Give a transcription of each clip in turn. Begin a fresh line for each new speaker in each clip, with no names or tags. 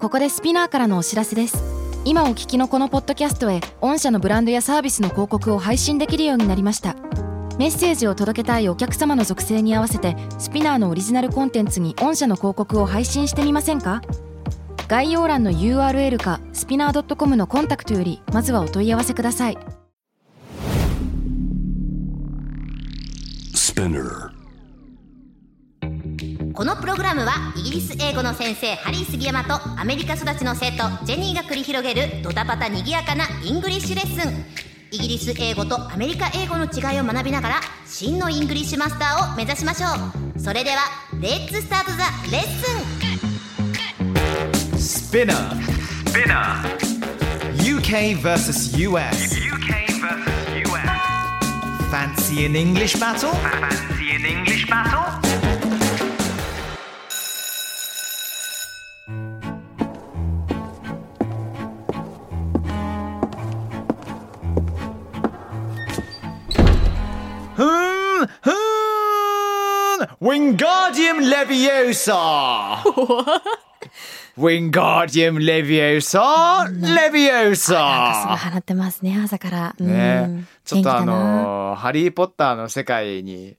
ここでスピナーからのお知らせです今お聞きのこのポッドキャストへ御社のブランドやサービスの広告を配信できるようになりましたメッセージを届けたいお客様の属性に合わせてスピナーのオリジナルコンテンツに御社の広告を配信してみませんか概要欄の URL かスピナー .com のコンタクトよりまずはお問い合わせください
Spinner.
このプログラムはイギリス英語の先生ハリー杉山とアメリカ育ちの生徒ジェニーが繰り広げるドタパタにぎやかなイングリッシュレッスンイギリス英語とアメリカ英語の違いを学びながら真のイングリッシュマスターを目指しましょうそれではレッツスタートザレッスン
Spinner. Spinner. UK versus US.
UK versus US.
Fancy an English battle?
Fancy an English battle?
Hmm. Hmm. Wingardium Leviosa. Wingardium Leviosa. Leviosa.
放ってますね朝から
ね、ちょっとあのハリー・ポッター」の世界に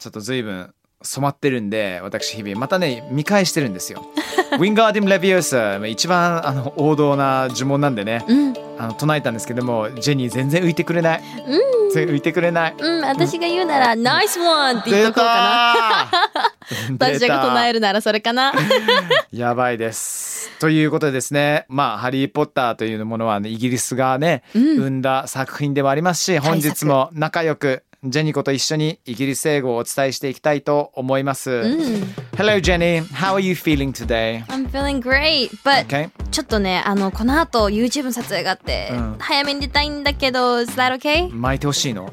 ちょっと随分染まってるんで私日々またね見返してるんで すよ。ウィンガーディム・レビュース一番あの王道な呪文なんでね、
うん
あの唱えたんですけどもジェニー全然浮いてくれない
うん
全然浮いてくれない。
うん私が言うならナイスワンって言っとこうか
出
な
た
私が唱え
る
るならそれかな
やばいです。ということでですね、まあ、ハリー・ポッターというものは、ね、イギリスがね、生んだ作品ではありますし、本日も仲良く、ジェニコと一緒にイギリス英語をお伝えしていきたいと思います。Hello, Jenny. How are you feeling today?
I'm feeling great but
Okay.
ちょっとねあのこの後 YouTube の撮影があって、
うん
早めに出たいんだけど Is that okay?
巻いてほしいの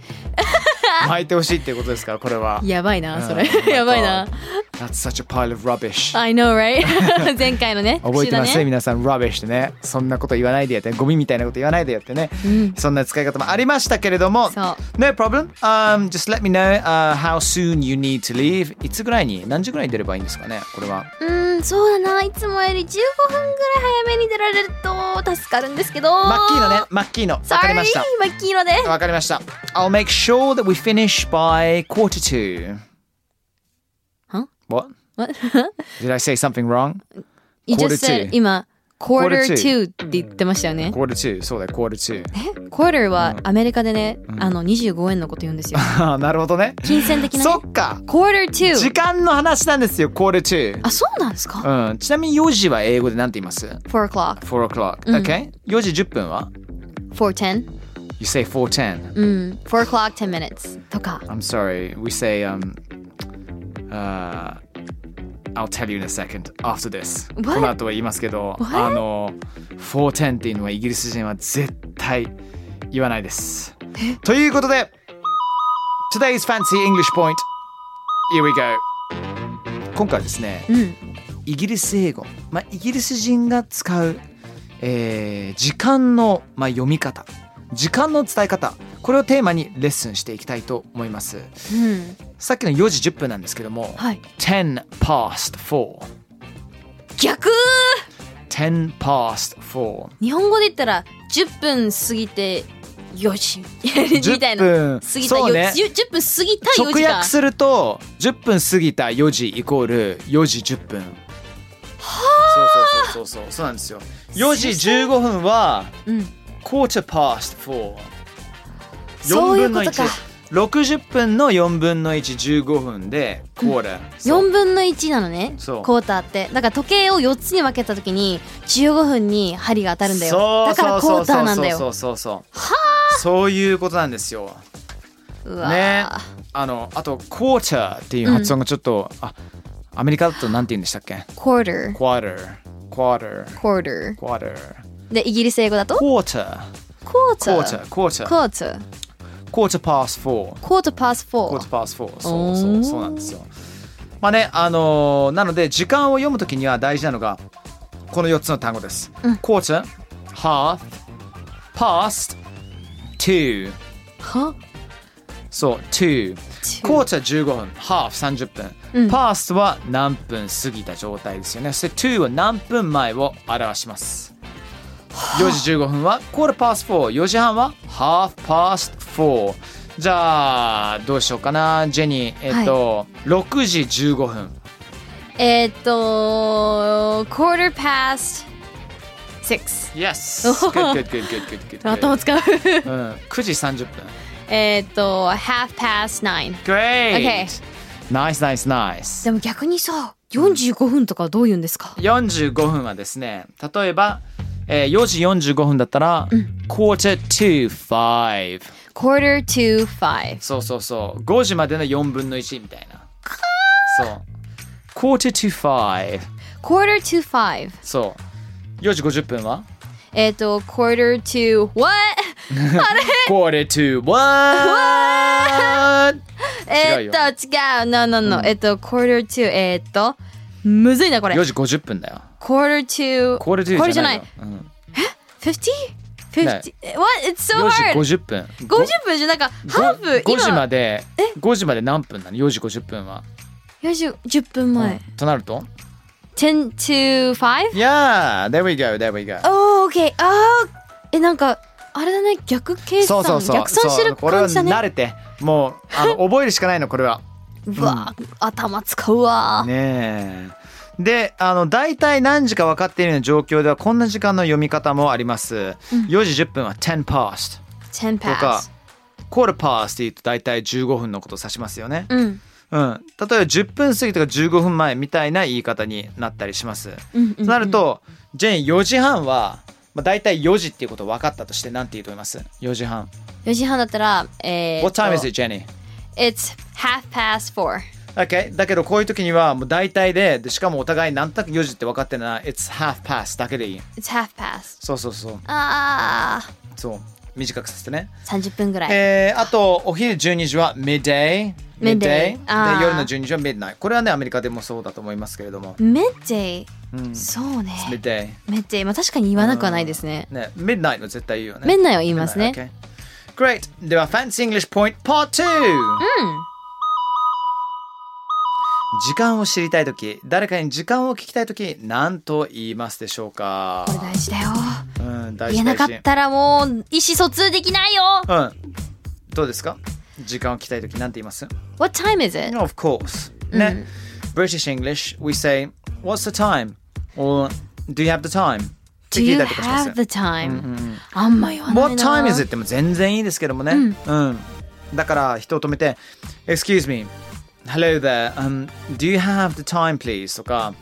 巻いてほしいっていうことですから、これは。
やばいなそれ、
う ん
やばいな
That's such a pile of rubbish.
I know right 前回のね
覚えてま
復
す、
習だね
皆さん rubbish ってねそんなこと言わないでやってゴミみたいなこと言わないでやってね、そんな使い方もありましたけれども
そう
No problem、um, just let me know、uh, how soon you need to leave いつぐらいに何時ぐらいに出ればいいんですかねこれは
うーんそうだないつもより15分ぐらい早めに出られると助かるんですけど
マッキーのねマッキーのわ
Sorry
かりました
マッキーので
わかりました I'll make sure that we finish by quarter to
Huh?
What?
What?
Did I say something wrong?
You just
Quarter
said
to
今
Quarter
quarter to って言ってましたよね
Quarter to そうだよ quarter to
え quarter はアメリカでね、あの25円のこと言うん ですよ
あーなるほどね
金銭的な
そ
ね
っか
quarter
時
to
間の話なんですよ quarter to
あそうなんですか
うん、ちなみに4時は英語で何て言います
?4 o'clock
4 o'clock、
うん
OK? 4時10分は
410
You say 410.
うん4 o'clock 10 minutes とか
I'm sorry. We say, um, uh, I'll tell you in a second after this.
What?
この後は言いますけど、
What?
あの、410っていうのはイギリス人は絶対言わないです。ということで、Today's Fancy English Point. Here we go. 今回はですね、
うん
イギリス英語、まあ、イギリス人が使う、えー時間の、まあ、読み方時間の伝え方これをテーマにレッスンしていきたいと思います
うん
さっきの4時10分なんですけども、
はい
10 past 410
逆
past 4
日本語で言ったら10分過ぎて4時 みたいな
10分
過ぎた4
そうね
時、10分過ぎた4時
直
か
訳すると10分過ぎた4時イコール4時10分はあそうそうそうそうそうそうなんですよ4時15分は
うん、
quarter past four
そういうことか
60分の4分の115分で quarter、そう
4分の1なのねクォ
そう
ーターってだから時計を4つに分けた時に15分に針が当たるんだよだからクォーターなんだ
そ
よ
うそうそうそうそうそういうことなんですよ
うわ
ね
ー
あのあと quarter っていう発音がちょっと、あアメリカだとなんて言うんでしたっけ
quarter
quarter quarter
quarter
quarter
でイギリス英語だと
quarter
quarter
quarter quarter
quarter
quarter past four
quarter past
コー
four
トパース4
お
そう
ー
そうそうなんですよまあねあのーなので時間を読むときには大事なのがこの4つの単語です、
うん
コートハーフパーストゥ
は
そう to
中
紅茶15分、ハーフ30分、
うん
パースは何分過ぎた状態ですよね。そして2は何分前を表します。4時15分はコールパース4、4時半はハーフパース4。じゃあどうしようかな、ジェニー。えっと、6時15分、
えーっと quarter past six
Yes.
お
Good, good, good, good, good, good.
頭使う
うん、9時30分。
えーっと half past nine
Great.
Okay.
Nice, nice, nice.
でも逆にさ45分とかはどう言うんですか
45分はですね、例えば、えー、4時45分だったら、quarter to five。
quarter to five
そうそうそう。5時までの4分の1みたいな。そう。quarter to five。
quarter to five
そう。4時50分 は
えーっと quarter to what
quarter to what? 違
え
うよ
ーっと違う no no no えーっと quarter to えーっとむずいなこれ
?4 時50分だよ。
quarter to
quarter to じゃないよ
こ。
うん、
50?
ね
50? What? It's so
4
hard!
時50分。
50分じゃなんかハーフ
5時ま
今
で5時まで何分なの4時50分は、
40 10分前
うんとなると
10 to 5?
Yeah there we go there we go
おー OK あーえなんかあれだね逆計
そう
算
そうそう
逆算して
そう
る
これは
感じだ
慣
ね
れてもうあの覚えるしかないのこれは
うわー頭使うわー
ねえであの大体何時か分かっているような状況ではこんな時間の読み方もあります、4時10分は10 past
10
とか
pass
quarter past って言うと大体15分のことを指しますよね、
うん
うん、例えば10分過ぎとか15分前みたいな言い方になったりします。
うん
となるとジェイン4時半は、まあ、大体4時っていうこと分かったとしてなんて言うと思います ?4 時半。
4時半だったらえーっ
What
と
time is it, Jenny?
It's half past four
Okay. だけどこういう時にはもう大体ででしかもお互いなんとなく4時って分かってるなら It's half past だけでいい。
It's half past
そうそうそう。
あ
そう。短くさせてね。
ー30分ぐらい
えー、あとお昼12時は midday。
Midday
で
あー
夜の12時は midnight。これはねアメリカでもそうだと思いますけれども。
midday
うん、
そうね
midday。
midday まあ確かに言わなくはないですね
ね、midnight は絶対言うよね。
メンナイは言いますね。
Okay. Great. では Fancy English Point Part 2! 時間を知りたいとき、誰かに時間を聞きたいとき、何と言いますでしょうか。
これ大事だよ。
うん、大
言
事
えな
大
か
事。
ったらもう意思疎通できないよ。
うん。どうですか時間を聞きたいとき、何て言います
What time is it?
?Of course. ね。British English, we say, What's the time? or Do you have the time? って聞
Do
い
you
たりとかします
have the time? あんま言わないな。
What time is it? でも全然いいですけどもね。うん。だから人を止めて、Excuse me, hello there,、um, do you have the time please? とか、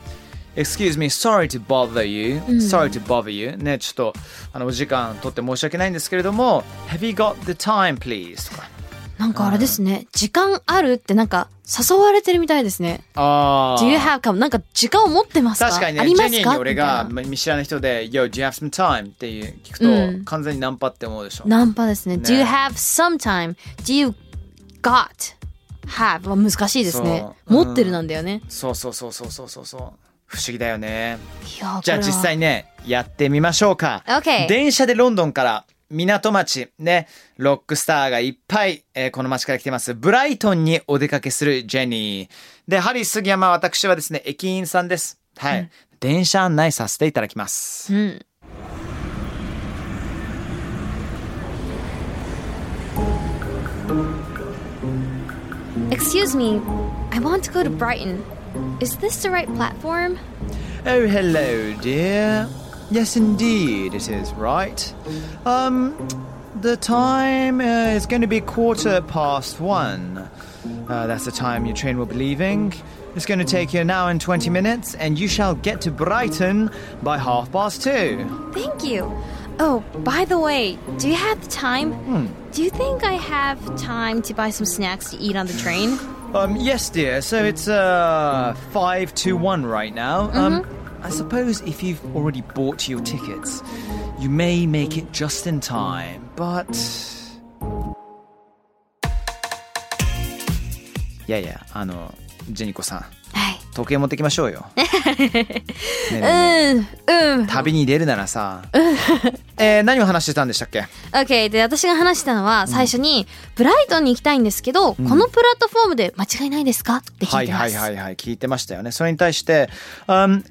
Excuse me, sorry to bother you,、sorry to bother you. ね、ちょっとあのお時間取って申し訳ないんですけれども、Have you got the time please? とか。
なんかあれですね。時間あるってなんか誘われてるみたいですね。
ああ。
Do you have かもなんか時間を持ってますか
確かに
あ
ね、ジ
りま
ェ
す
ニー
か
に俺が
みたいな
見知らない人で、Yo, do you have some time? っていう聞くと、
うん
完全にナンパって思うでしょ。
ナンパですね。
ね
Do you have some time? Do you got? have は難しいですね。
そううん
持ってるなんだよね。
そうそうそうそうそうそうそう。不思議だよね。
いや
じゃあ実。際ねやってみましょうか。
Okay
電車でロンドンから港町ねロックスターがいっぱい、えーこの町から来てますブライトンにお出かけするジェニーでハリー杉山私はですね駅員さんです。はい、電車案内させていただきます。
これはうん。Excuse me, I want to go to Brighton. Is this the right platform?
Oh, hello, dear. Yes, indeed, it is right. Um, the time uh, is going to be quarter past one. Uh, that's the time your train will be leaving. It's going to take you an hour and 20 minutes, and you shall get to Brighton by half past two.
Thank you. Oh, by the way, do you have the time? Do you think I have time to buy some snacks to eat on the train?
Um, yes, dear, so it's uh, five to one right now.
Mm-hmm.
Um, I suppose if you've already bought your tickets, you may make it just in time, but. いやいやあのジェニコさん
はい。
時計持ってきましょ うよ。ねえねえねえ
うん、うん。
旅に出るならさ。 えー、何を話してたんでしたっけ
OK。で、私が話したのは、最初に、ブライトンに行きたいんですけど、このプラットフォームで間違いないですかって
は
聞い
い
てま
はい
す。
はいはい聞いてましたよね。それに対して、um,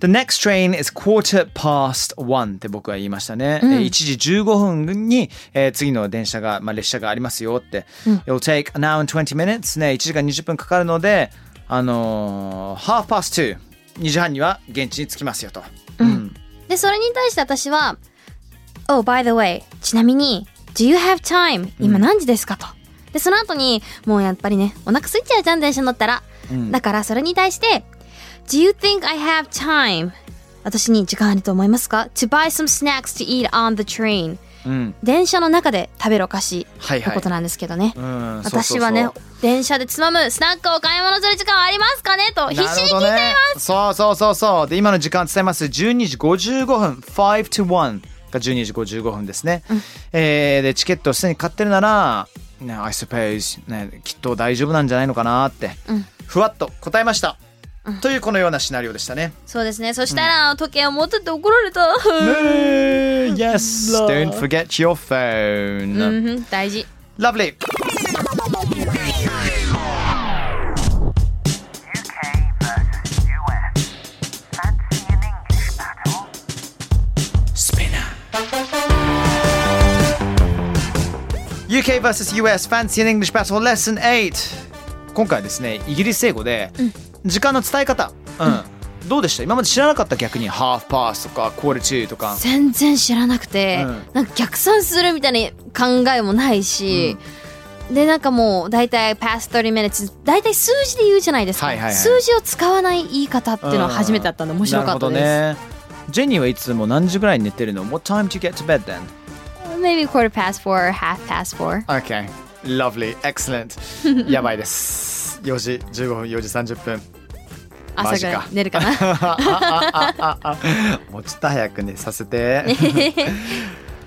The next train is quarter past one って僕は言いましたね。えー1時15分に、えー次の電車が、まあ、列車がありますよって。It'll take an hour and 20 minutes ね。1時間20分かかるので、あのー、half past two。2時半には現地に着きますよと。うん。
で、それに対して私は、Oh, by the way, ちなみに、Do you have time? 今何時ですかと。で、その後に、もうやっぱりね、お腹空いちゃうじゃん、電車乗ったら。だから、それに対して、Do you think I have time? 私に時間あると思いますか ?To buy some snacks to eat on the train.
うん。
電車の中で食べるお菓子
はいはい
のことなんですけどね。
うん、そうそうそう
私はね、電車でつまむスナックを買い物する時間はありますかねと必死に聞いています、
す。そうそうそうそう。で今の時間伝えます。12時55分、5 to 1が12時55分ですね。えーでチケットをすでに買ってるなら、ね、I suppose ねきっと大丈夫なんじゃないのかなって、ふわっと答えました。というこのようなシナリオでしたね。
そうですね。そしたら、時計を持ってって怒られた。
yes, don't forget your phone.、
うん、大事。
Lovely.
UK versus US. Fancy an English
ス
battle?
ピナー UK vs US Fancy in English Battle Lesson 8今回はですねイギリス英語で時間の伝え方、うんどうでした今まで知らなかった逆に Half past とか Quarter to とか
全然知らなくて、
うん
なんか逆算するみたいな考えもないし、で、なんかもう、大体 past 30 minutes、大体数字で言うじゃないですか。
はいはいはい
数字を使わない言い方っていうのは初めてだったんで、面白かったです。
なるほどねジェニーはいつも何時ぐらいに寝てるの ?What time do you get to bed then?
Maybe quarter past four, half past four.
Okay. Lovely. Excellent. やばいです。4時15分、4時30分。マ
朝
ジ
ぐ
から
い寝るかな。
もうちょっと早く寝させて。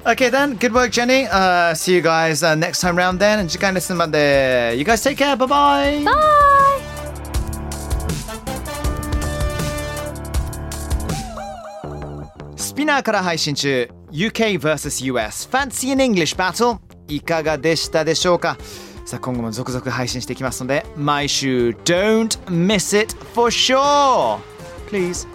okay then, good work Jenny.、Uh, see you guys、uh, next time round then. 次回レッスンまで。You guys take care. Bye bye. bye. Spinner から配信中 UK vs.US Fancy in English Battle いかがでしたでしょうかさあ今後も続々配信していきますので毎週 Don't miss it for sure Please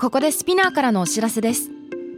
ここでスピナーからのお知らせです。